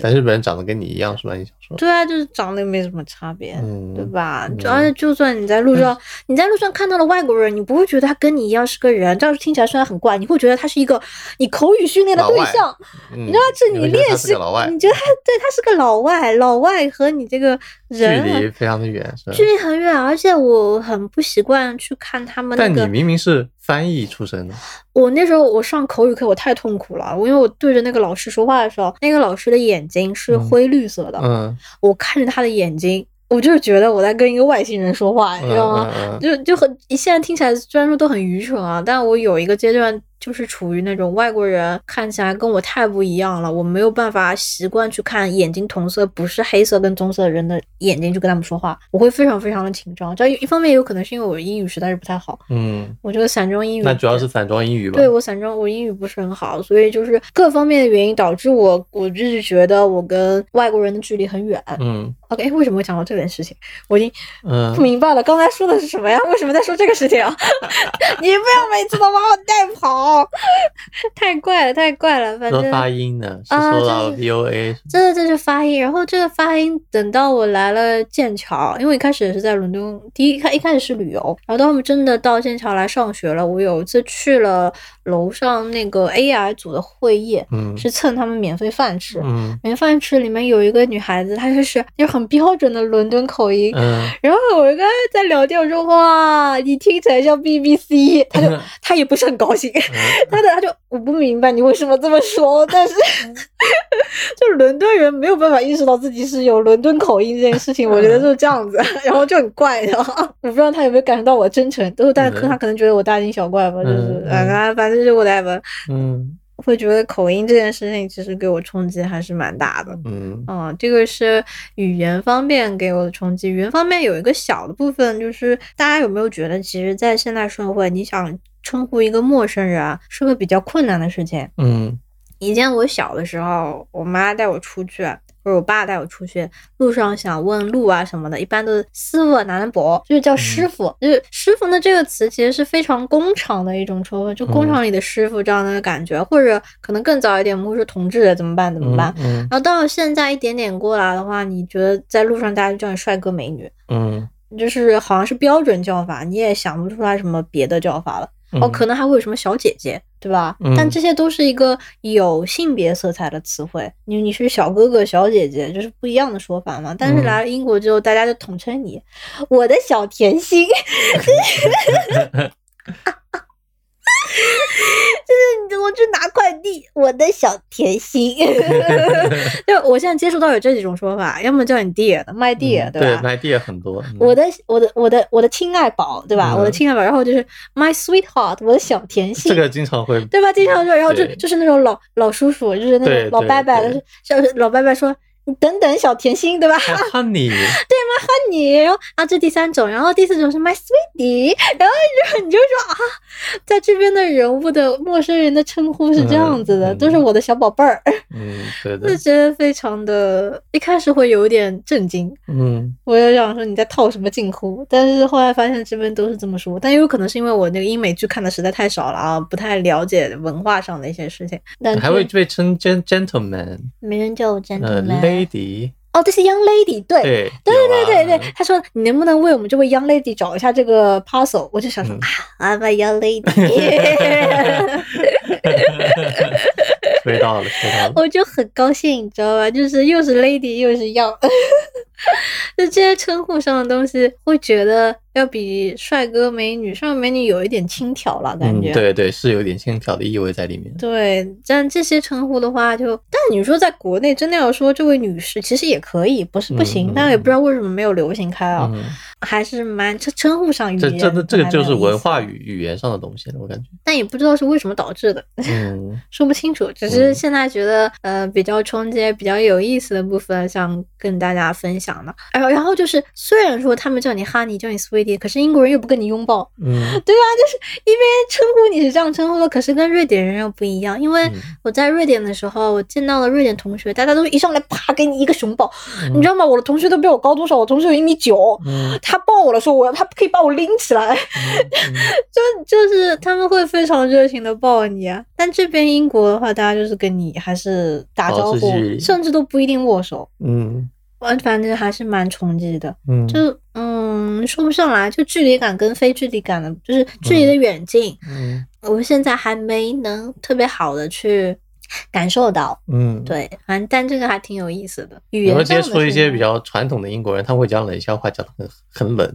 A: 但日本人长得跟你一样是吧？你想说，
B: 对啊，就是长得也没什么差别，
A: 嗯
B: 对吧？
A: 嗯
B: 而且就算你在路上，你在路上看到了外国人，你不会觉得他跟你一样是个人，这样听起来虽然很怪，你会觉得他是一个你口语训练的
A: 老
B: 对
A: 外
B: 象，
A: 嗯、
B: 你知道这
A: 会
B: 你
A: 觉得他
B: 练
A: 是
B: 习，
A: 个老外，嗯
B: 你觉得他对他是个老外，老外和你这个
A: 距
B: 人啊
A: 离嗯非常的远，是吧？
B: 距离很远，而且我很不习惯去看他们那
A: 但
B: 个
A: 你明明是翻译出身的，
B: 我那时候我上口语课，我太痛苦了，我因为我对着那个老师说话的时候，那个老师的眼睛是
A: 嗯
B: 灰绿色的，
A: 嗯，
B: 我看着他的眼睛，我就是觉得我在跟一个外星人说话，你
A: 嗯
B: 知道吗？
A: 嗯嗯
B: 哎就就很现在听起来虽然说都很愚蠢啊，但我有一个阶段就是处于那种外国人看起来跟我太不一样了，我没有办法习惯去看眼睛同色不是黑色跟棕色的人的眼睛去跟他们说话，我会非常非常的紧张。这一方面有可能是因为我英语实在是不太好，
A: 嗯，
B: 我这个散装英语
A: 那主要是散装英语吧？
B: 对我散装，我英语不是很好，所以就是各方面的原因导致我，我就是觉得我跟外国人的距离很远。
A: 嗯
B: OK，为什么会讲到这件事情？我已经
A: 嗯
B: 不，明白了，刚才说的是什么呀？ 为什么在说这个事情啊？你不要每次都把我带跑， 太怪了，太怪了，反
A: 说
B: 正。
A: 发音呢，是
B: 啊
A: 说到
B: 这是
A: VOA，
B: 这这是发音，然后这个发音等到我来了剑桥，因为一开始也是在伦敦，第一开一开始是旅游，然后到我们真的到剑桥来上学了。我有一次去了楼上那个 AI 组的会议，
A: 嗯
B: 是蹭他们免费饭吃，
A: 嗯
B: 免费饭吃里面有一个女孩子，她就是就是很标准的伦敦口音，
A: 嗯，
B: 然后我跟他在聊天，我说哇，你听起来像 BBC，他就他也不是很高兴，他的他就我不明白你为什么这么说，但是就伦敦人没有办法意识到自己是有伦敦口音这件事情，我觉得就是这样子，
A: 嗯
B: 然后就很怪，然后我不知道他有没有感受到我真诚，都是但是
A: 嗯
B: 他可能觉得我大惊小怪吧，就是
A: 嗯嗯
B: 啊，反正就 whatever，
A: 嗯
B: 会觉得口音这件事情其实给我冲击还是蛮大的。
A: 嗯
B: 啊、这个是语言方面给我的冲击。语言方面有一个小的部分，就是大家有没有觉得，其实，在现代社会，你想称呼一个陌生人啊，是个比较困难的事情。
A: 嗯
B: 以前我小的时候，我妈带我出去，或者我爸带我出去，路上想问路啊什么的，一般都是师傅、男人伯，就是叫师傅。就是师傅呢这个词其实是非常工厂的一种称呼，就工
A: 嗯
B: 厂里的师傅这样的感觉，或者可能更早一点，我们会说同志的怎么办怎么办。
A: 嗯
B: 然后到现在一点点过来的话，你觉得在路上大家就叫你帅哥美女，
A: 嗯
B: 就是好像是标准叫法，你也想不出来什么别的叫法了。
A: 嗯，
B: 哦，可能还会有什么小姐姐，对吧？
A: 嗯
B: 但这些都是一个有性别色彩的词汇，你你是小哥哥、小姐姐，就是不一样的说法嘛。但是
A: 嗯
B: 来了英国之后，大家就统称你，我的小甜心。 就是我去拿快递，我的小甜心。 就我现在接触到有这几种说法，要么叫你弟的卖弟，
A: 嗯
B: 吧？
A: 卖地也很多，嗯
B: 我的我的我的我的亲爱宝，对吧？
A: 嗯
B: 我的亲爱宝，然后就是 my sweetheart，我的小甜心，
A: 这个经常会
B: 对吧？经常说，然后就
A: 对
B: 就是那种老老叔叔，就是那种
A: 对
B: 老
A: 对
B: 伯伯的
A: 对，
B: 就是老伯伯说。你等等，小甜心，对吧？
A: 还 honey，
B: 看你，然后啊，这第三种，然后第四种是 my sweetie，然 后你就你就说啊，在这边的人物的陌生人的称呼是这样子
A: 嗯
B: 的，
A: 嗯
B: 都是我的小宝贝儿，
A: 嗯，对的
B: 就，觉得非常的，一开始会有一点震惊，
A: 嗯
B: 我也想说你在套什么近乎，但是后来发现这边都是这么说，但也有可能是因为我那个英美剧看的实在太少了啊，不太了解文化上的一些事情。但
A: 还会被称 gen gentleman，
B: 没人叫我
A: 呃
B: gentleman，、
A: 呃，lady，
B: 哦，这是 Young Lady，对，
A: 对
B: 对
A: 有
B: 对
A: 啊
B: 对对，他说你能不能为我们这位 young lady 找一下这个 puzzle？我就想说、
A: 嗯
B: 啊，I'm a young lady，
A: 吹到了，吹到了。
B: 我就很高兴，你知道吧？就是又是 lady 又是 young，就这些称呼上的东西，会觉得要比帅哥美女、帅哥美女有一点轻佻了，感
A: 嗯，
B: 觉。
A: 对对，是有点轻佻的意味在里面。
B: 对，但这些称呼的话就，但你说在国内真的要说这位女士，其实也可以，不是不行，
A: 嗯
B: 但也不知道为什么没有流行开啊，
A: 嗯，
B: 还是蛮这称呼上语
A: 这
B: 言
A: 这这个
B: 还蛮
A: 就是
B: 有意
A: 文
B: 思
A: 化
B: 的
A: 语语言上的东西了，我感 觉。
B: 但也不知道是为什么导致的，
A: 嗯，
B: 说不清楚。只是
A: 嗯
B: 现在觉得，呃，比较冲击、比较有意思的部分，想跟大家分享的。哎然后，然后就是，虽然说他们叫你 honey，叫你 sweetie，可是英国人又不跟你拥抱，
A: 嗯，
B: 对吧？啊就是一边称呼你是这样称呼的，可是跟瑞典人又不一样。因为
A: 嗯
B: 我在瑞典的时候，我见到了瑞典同学，大家都一上来啪给你一个熊抱，你知道吗？我的同学都比我高多少？我同学有一米九。
A: 嗯，
B: 他抱我了，说我他可以把我拎起来，就就是他们会非常热情的抱你啊，但这边英国的话，大家就是跟你还是打招
A: 保
B: 呼
A: 持距，离
B: 甚至都不一定握手，
A: 嗯
B: 反反正还是蛮冲击的。
A: 嗯，
B: 就嗯，说不上来，就距离感跟非距离感的，就是距离的远近，
A: 嗯
B: 我现在还没能特别好的去感受到。
A: 嗯，。
B: 对，反正但这个还挺有意思的，语
A: 你
B: 言
A: 会
B: 上
A: 接
B: 的
A: 触一
B: 是
A: 些
B: 吗
A: 比较传统的英国人，他会讲冷笑话，讲的很很冷，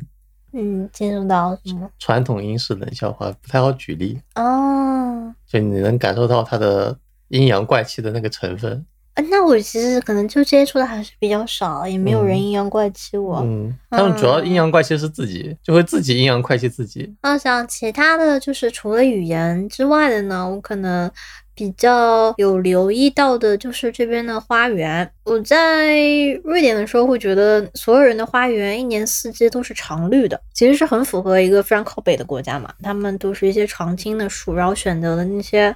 B: 嗯接触到什么
A: 传统英式冷笑话不太好举例，
B: 哦。
A: 就你能感受到他的阴阳怪气的那个成分。
B: 啊那我其实可能就接触的还是比较少，也没有人
A: 嗯
B: 阴阳怪气我。
A: 嗯，他们主要阴阳怪气是自己，就会自己阴阳怪气自己。
B: 那像其他的就是除了语言之外的呢，我可能比较有留意到的就是这边的花园。我在瑞典的时候会觉得所有人的花园一年四季都是常绿的，其实是很符合一个非常靠北的国家嘛，他们都是一些常青的树，然后选择的那些。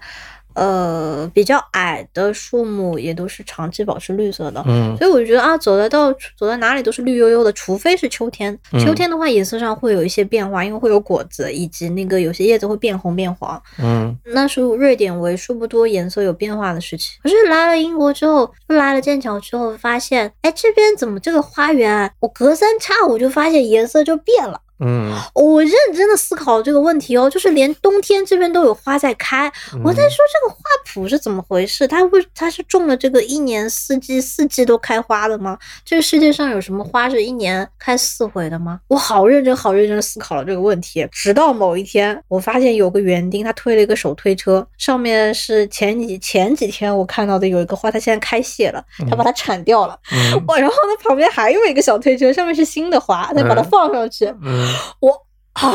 B: 呃，比较矮的树木也都是长期保持绿色的，
A: 嗯
B: 所以我就觉得啊，走得到走到哪里都是绿油油的，除非是秋天。
A: 嗯
B: 秋天的话，颜色上会有一些变化，因为会有果子，以及那个有些叶子会变红变黄。
A: 嗯
B: 那是瑞典为数不多颜色有变化的时期。可是来了英国之后，就来了剑桥之后，发现哎，这边怎么这个花园，啊我隔三差五就发现颜色就变了。
A: 嗯，
B: 我认真的思考这个问题哦，就是连冬天这边都有花在开，
A: 嗯
B: 我在说这个花圃是怎么回事？它为它是种了这个一年四季四季都开花的吗？这个世界上有什么花是一年开四回的吗？我好认真好认真的思考了这个问题，直到某一天，我发现有个园丁他推了一个手推车，上面是前几前几天我看到的有一个花，它现在开谢了，他把它铲掉了，
A: 嗯
B: 哇、然后呢旁边还有一个小推车，上面是新的花，他把它
A: 嗯
B: 放上去，
A: 嗯，
B: 我。啊！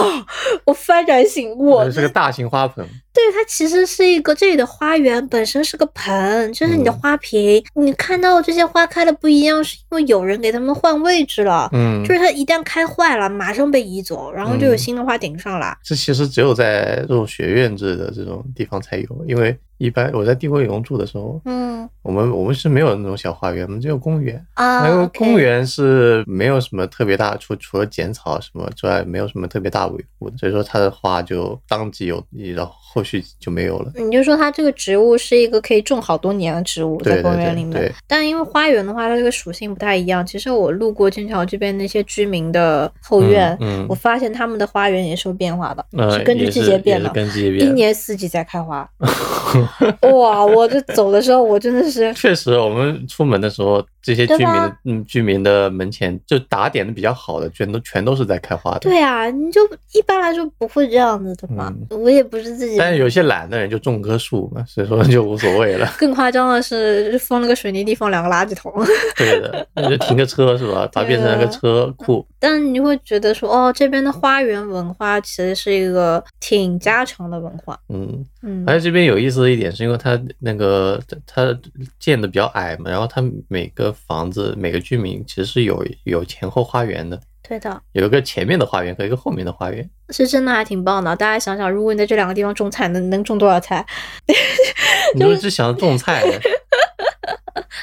B: 我幡然醒悟，
A: 这是个大型花盆。
B: 对，它其实是一个这里的花园，本身是个盆，就是你的
A: 嗯
B: 花瓶。你看到这些花开的不一样，是因为有人给它们换位置了。
A: 嗯，
B: 就是它一旦开坏了，马上被移走，然后就有
A: 嗯
B: 新的花顶上来。
A: 这其实只有在这种学院制的这种地方才有，因为一般我在地国营住的时候，
B: 嗯
A: 我们我们是没有那种小花园，我们只有公园。
B: 啊，
A: 那个
B: OK
A: 公园是没有什么特别大，除除了剪草什么之外，没有什么特别大维护的，所以说它的花就当季有，然后后续就没有了。
B: 你就说它这个植物是一个可以种好多年的植物，
A: 对对
B: 在公园里
A: 对
B: 面。
A: 对，
B: 但因为花园的话，它这个属性不太一样。其实我路过剑桥这边那些居民的后院，
A: 嗯嗯
B: 我发现他们的花园也是有变化的，
A: 呃，
B: 根据
A: 也
B: 季
A: 是
B: 节变
A: 也
B: 的
A: 是。跟季节
B: 一
A: 变。
B: 年四季在开花。哇！我这走的时候，我真的是
A: 确实，我们出门的时候，这些居
B: 对
A: 民
B: 吧
A: 的嗯居民的门前就打点的比较好的，全都全都是在开花的。
B: 对啊，你就一般来说不会这样子的嘛。我也不是自己，。
A: 嗯但是有些懒的人就种棵树嘛，所以说就无所谓了
B: 更夸张的是就封了个水泥地，放两个垃圾桶。
A: 对的，那就停个车是吧？把它变成了个车库。
B: 但你会觉得说，哦，这边的花园文化其实是一个挺家常的文化。
A: 嗯，
B: 嗯，
A: 而且这边有意思的一点是因为它那个它建的比较矮嘛，然后它每个房子每个居民其实是有有前后花园的，
B: 对的，
A: 有一个前面的花园和一个后面的花园。
B: 是真的还挺棒的。大家想想，如果你在这两个地方种菜，能能种多少菜？
A: 你说只想种菜，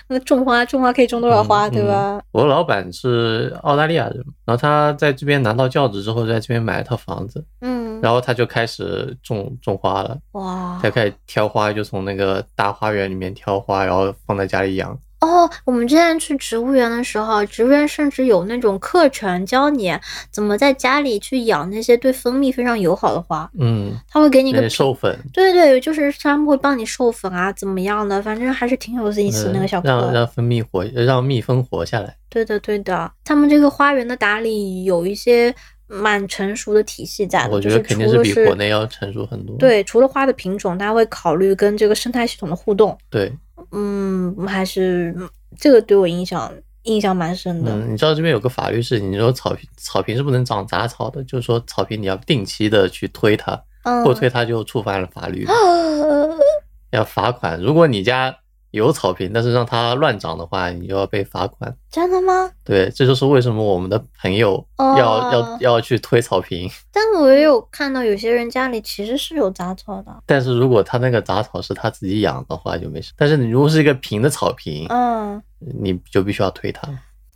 B: 那种花，种花可以种多少花，
A: 嗯
B: 对吧？
A: 我老板是澳大利亚人，然后他在这边拿到教职之后，在这边买了套房子，
B: 嗯，
A: 然后他就开始种种花了。
B: 哇，
A: 他开始挑花，就从那个大花园里面挑花，然后放在家里养。
B: 哦，我们之前去植物园的时候，植物园甚至有那种课程教你怎么在家里去养那些对蜂蜜非常友好的花，
A: 嗯，
B: 它会给你一
A: 那
B: 个
A: 授粉，
B: 对对，就是他们会帮你授粉啊，怎么样的，反正还是挺有意思的那个小
A: 嗯让
B: 课。
A: 让蜂蜜活，让蜜蜂活下来。
B: 对的对的，他们这个花园的打理有一些蛮成熟的体系在的，
A: 我觉
B: 就
A: 得肯
B: 是除
A: 定是
B: 了
A: 比
B: 是
A: 国内要成熟很多。
B: 对，除了花的品种，它会考虑跟这个生态系统的互动。
A: 对，
B: 嗯，还是这个对我影响印象蛮深的。
A: 嗯，你知道这边有个法律是，你说草坪草坪是不能长杂草的，就是说草坪你要定期的去推它，
B: 嗯，
A: 不推它就触犯了法 律，
B: 啊，
A: 要罚款。如果你家有草坪，但是让它乱长的话，你就要被罚款。
B: 真的吗？
A: 对，这就是为什么我们的朋友
B: 哦
A: 要、要要去推草坪。
B: 但我也有看到有些人家里其实是有杂草的。
A: 但是如果他那个杂草是他自己养的话，就没事。但是你如果是一个平的草坪，
B: 嗯，
A: 你就必须要推它。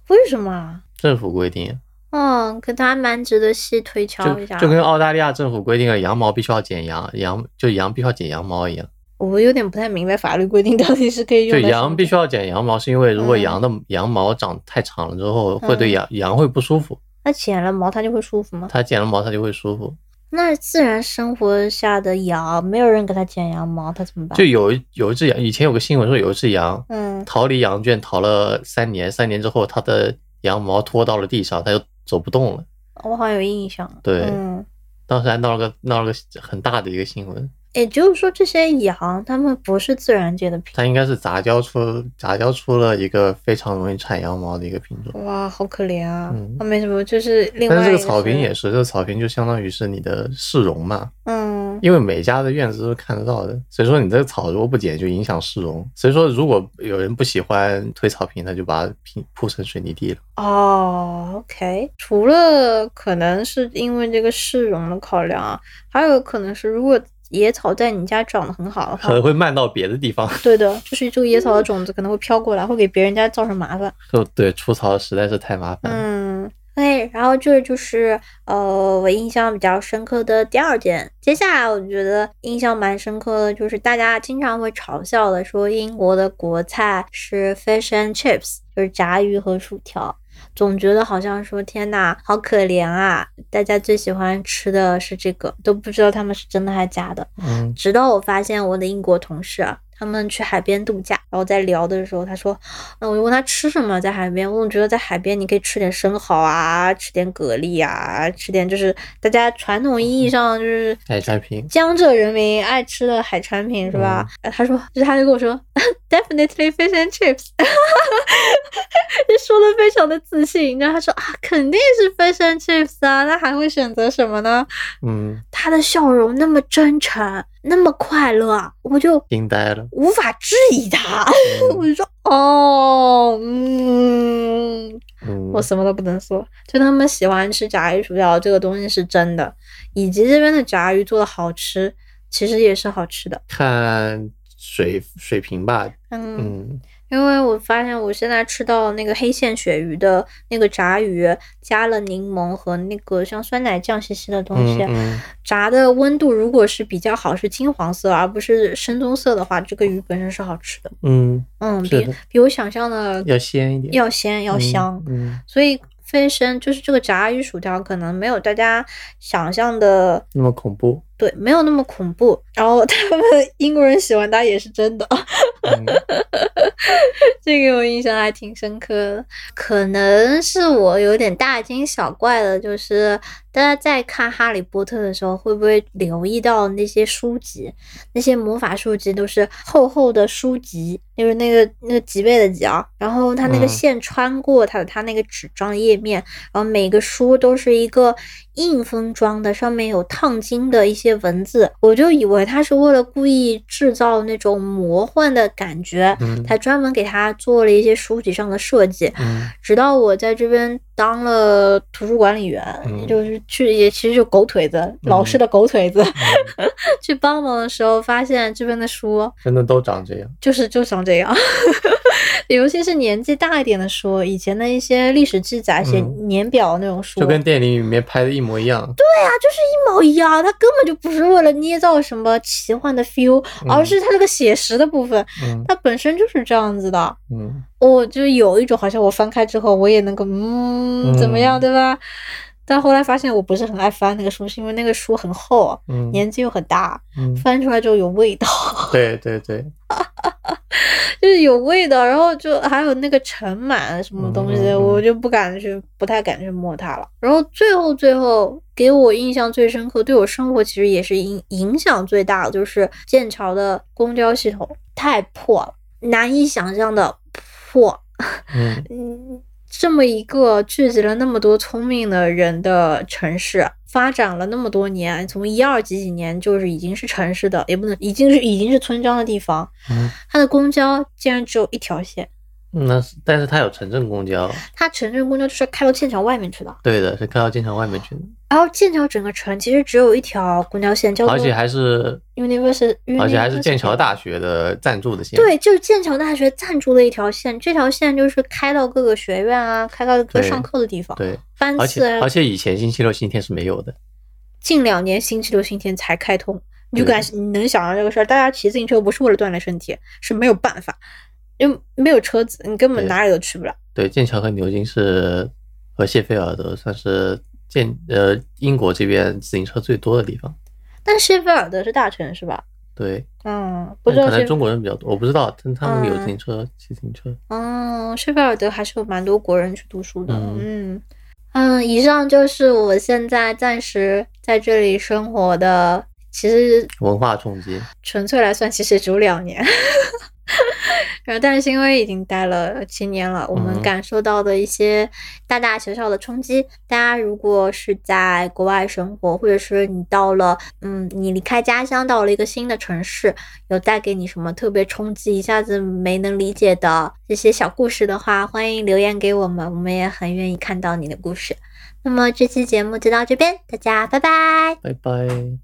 B: 为什么啊？
A: 政府规定，
B: 嗯，可他蛮值得细推敲
A: 就
B: 一下
A: 就跟
B: 的。
A: 澳大利亚政府规定了羊毛必须要剪羊，羊就羊必须要剪羊毛一样。
B: 我有点不太明白法律规定到底是可以用
A: 就
B: 来什么的。
A: 羊必须要剪羊毛，是因为如果
B: 嗯
A: 羊的羊毛长太长了之后，会对
B: 嗯
A: 羊羊会不舒服，
B: 那剪了毛它就会舒服吗？
A: 它剪了毛它就会舒服。
B: 那自然生活下的羊，没有人给它剪羊毛，它怎么办？
A: 就有一有一只羊，以前有个新闻说有一只羊
B: 嗯，
A: 逃离羊圈逃了三年，三年之后它的羊毛脱到了地上，它就走不动了。
B: 我好像有印象。
A: 对
B: 嗯，
A: 当时还闹了个闹了个很大的一个新闻，
B: 也就是说，这些羊它们不是自然界的品
A: 它应该是杂交出杂交出了一个非常容易产羊毛的一个品种。
B: 种。哇，好可怜啊！
A: 嗯
B: 啊，没什么，就是另外
A: 但是这
B: 一
A: 个
B: 是
A: 草坪也是，这个草坪就相当于是你的市容嘛，
B: 嗯
A: 因为每家的院子都是看得到的，所以说你这个草如果不剪，就影响市容。所以说如果有人不喜欢推草坪，他就把它平铺成水泥地了。
B: 哦，OK。除了可能是因为这个市容的考量啊，还有可能是如果野草在你家长得很好的
A: 可
B: 话
A: 能。会漫到别的地方。
B: 对的，就是这个野草的种子可能会飘过来，会给别人家造成麻烦。
A: 就对，除草实在是太麻烦了。
B: 嗯，对，然后这就是呃我印象比较深刻的第二件。接下来我觉得印象蛮深刻的就是大家经常会嘲笑的说英国的国菜是 fish and chips，就是炸鱼和薯条。总觉得好像说天呐，好可怜啊！大家最喜欢吃的是这个，都不知道他们是真的还假的。
A: 嗯，
B: 直到我发现我的英国同事啊，他们去海边度假，然后在聊的时候，他说，那我就问他吃什么在海边，我总觉得在海边你可以吃点生蚝啊，吃点蛤蜊啊，吃点就是大家传统意义上就是
A: 海产品
B: 江浙人民爱吃的海产品是吧？呃他说，就是他就跟我说 ，definitely fish and chips，就说的非常的自信，然后他说啊，肯定是 fish and chips 啊，那还会选择什么呢？
A: 嗯，
B: 他的笑容那么真诚，那么快乐，我就
A: 惊呆 了。
B: 无法质疑他。 我
A: 嗯
B: 就说，哦，嗯，
A: 嗯
B: 我什么都不能说。就他们喜欢吃炸鱼薯条这个东西是真的，以及这边的炸鱼做的好吃，其实也是好吃的。
A: 看水水平吧。
B: 嗯，
A: 嗯，
B: 因为我发现我现在吃到那个黑线鳕鱼的那个炸鱼，加了柠檬和那个像酸奶酱兮兮的东西，
A: 嗯
B: 炸的温度如果是比较好，是金黄色而不是深棕色的话，这个鱼本身是好吃的。
A: 嗯，
B: 嗯，
A: 是
B: 比
A: 的
B: 比我想象的
A: 要鲜一点，
B: 要鲜要
A: 嗯
B: 香，
A: 嗯，
B: 所以飞身就是这个炸鱼薯条可能没有大家想象的
A: 那么恐怖。
B: 对，没有那么恐怖。然后他们 英国人喜欢它也是真的。
A: 嗯
B: 这个我印象还挺深刻的，可能是我有点大惊小怪的，就是大家在看《哈利波特》的时候，会不会留意到那些书籍，那些魔法书籍都是厚厚的书籍，就是那个那个脊背的脊啊，然后它那个
A: 嗯
B: 线穿过它的它那个纸张页面，然后每个书都是一个硬封装的，上面有烫金的一些文字，我就以为他是为了故意制造那种魔幻的感觉，
A: 嗯
B: 他专门给他做了一些书籍上的设计。
A: 嗯
B: 直到我在这边当了图书管理员，
A: 嗯
B: 就是去也其实就狗腿子，老师的狗腿子， 去帮忙的时候，发现这边的书
A: 真的都长这样。
B: 就是就长这样， 尤其是年纪大一点的书，以前的一些历史记载、写
A: 嗯
B: 年表那种书，
A: 就跟电影里面拍的一模一样，
B: 对呀、就是一模一样，它根本就不是为了捏造什么奇幻的 feel，、
A: 嗯
B: 而是它这个写实的部分，
A: 嗯
B: 它本身就是这样子的。
A: 嗯，
B: 我哦就有一种好像我翻开之后，我也能够嗯
A: 嗯
B: 怎么样，对吧？但后来发现我不是很爱翻那个书，是因为那个书很厚，
A: 嗯
B: 年纪又很大，
A: 嗯，
B: 翻出来之后有味道，
A: 对对对，
B: 就是有味道。然后就还有那个尘螨什么东西的，
A: 嗯嗯嗯
B: 我就不敢去，不太敢去摸它了。然后最后最后给我印象最深刻，对我生活其实也是影影响最大的，就是剑桥的公交系统太破了，难以想象的破。
A: 嗯
B: 嗯，这么一个聚集了那么多聪明的人的城市，发展了那么多年，从一二几几年就是已经是城市的，也不能已经是已经是村庄的地方，
A: 嗯，
B: 它的公交竟然只有一条线，
A: 那是但是它有城镇公交，
B: 它城镇公交就是开到剑桥外面去的，
A: 对的，是开到剑桥外面去的，
B: 然后剑桥整个城其实只有一条公交线，叫做
A: 而且还是
B: University，
A: 而且还是
B: University
A: 剑桥大学的赞助的线，
B: 对，就是剑桥大学赞助的一条线，这条线就是开到各个学院啊，开到各个
A: 对
B: 上课的地方，
A: 对，
B: 班
A: 而
B: 次
A: 且
B: 啊
A: 而且以前星期六、星期天是没有的，
B: 近两年星期六、星期天才开通，你就
A: 对
B: 敢你能想到这个事儿？大家骑自行车不是为了锻炼身体，是没有办法，因为没有车子，你根本
A: 对
B: 哪里都去不了。
A: 对，剑桥和牛津是和谢菲尔德算是剑呃英国这边自行车最多的地方，
B: 但谢菲尔德是大城市吧？
A: 对，
B: 嗯，不
A: 但
B: 知道嗯
A: 可
B: 谢
A: 能中国人比较多，我不知道，但他们有自行车、骑自行车，
B: 嗯，谢菲尔德还是有蛮多国人去读书的。
A: 嗯
B: 嗯嗯，以上就是我现在暂时在这里生活的，其实
A: 文化冲击，
B: 纯粹来算，其实只有两年。 然后，但是因为已经待了七年了，我们
A: 嗯
B: 感受到的一些大大小小的冲击。大家如果是在国外生活，或者是你到了，嗯，你离开家乡到了一个新的城市，有带给你什么特别冲击，一下子没能理解的这些小故事的话，欢迎留言给我们，我们也很愿意看到你的故事。那么这期节目就到这边，大家拜拜。
A: 拜拜。